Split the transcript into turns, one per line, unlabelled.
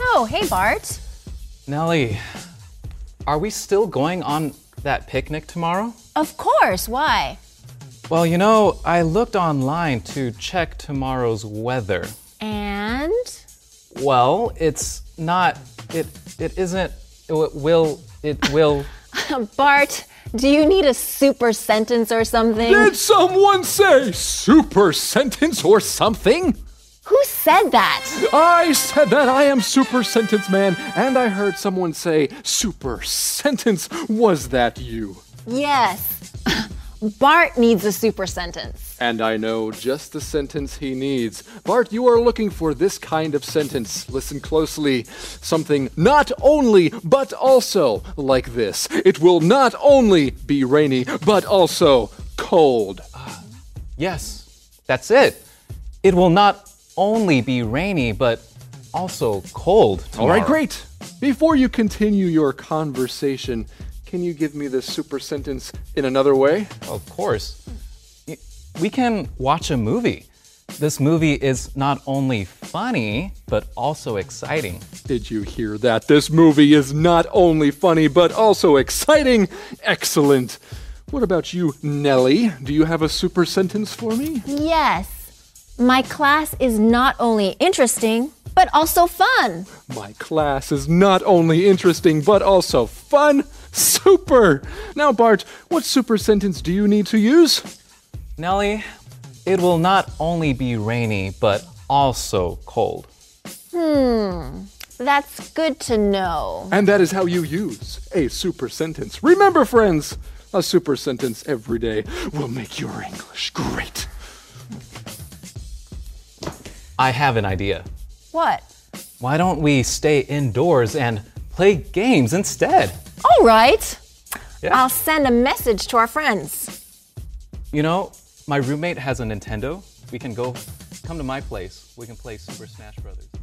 Oh, hey, Bart.
Nellie, are we still going on that picnic tomorrow?
Of course, why?
Well, you know, I looked online to check tomorrow's weather.
And?
Well, it's not. It it isn't. It will. It will.
Bart, do you need a super sentence or something?
Did someone say super sentence or something?
Who said that?
I said that I am super sentence man, and I heard someone say super sentence. Was that you?
Yes. Bart needs a super sentence.
And I know just the sentence he needs. Bart, you are looking for this kind of sentence. Listen closely. Something not only, but also like this. It will not only be rainy, but also cold.
Yes, that's it. It will not only be rainy, but also cold tomorrow.
All right, great. Before you continue your conversation, can you give me the super sentence in another way?
Of course. Y- We can watch a movie. This movie is not only funny, but also exciting.
Did you hear that? This movie is not only funny, but also exciting. Excellent. What about you, Nellie? Do you have a super sentence for me?
Yes. My class is not only interesting, but also fun.
My class is not only interesting, but also fun. Super! Now, Bart, what super sentence do you need to use?
Nellie, it will not only be rainy, but also cold.
That's good to know.
And that is how you use a super sentence. Remember, friends, a super sentence every day will make your English great.
I have an idea.
What?
Why don't we stay indoors and play games instead?
All right.
Yeah.
I'll send a message to our friends.
You know, my roommate has a Nintendo. We can go come to my place. We can play Super Smash Brothers.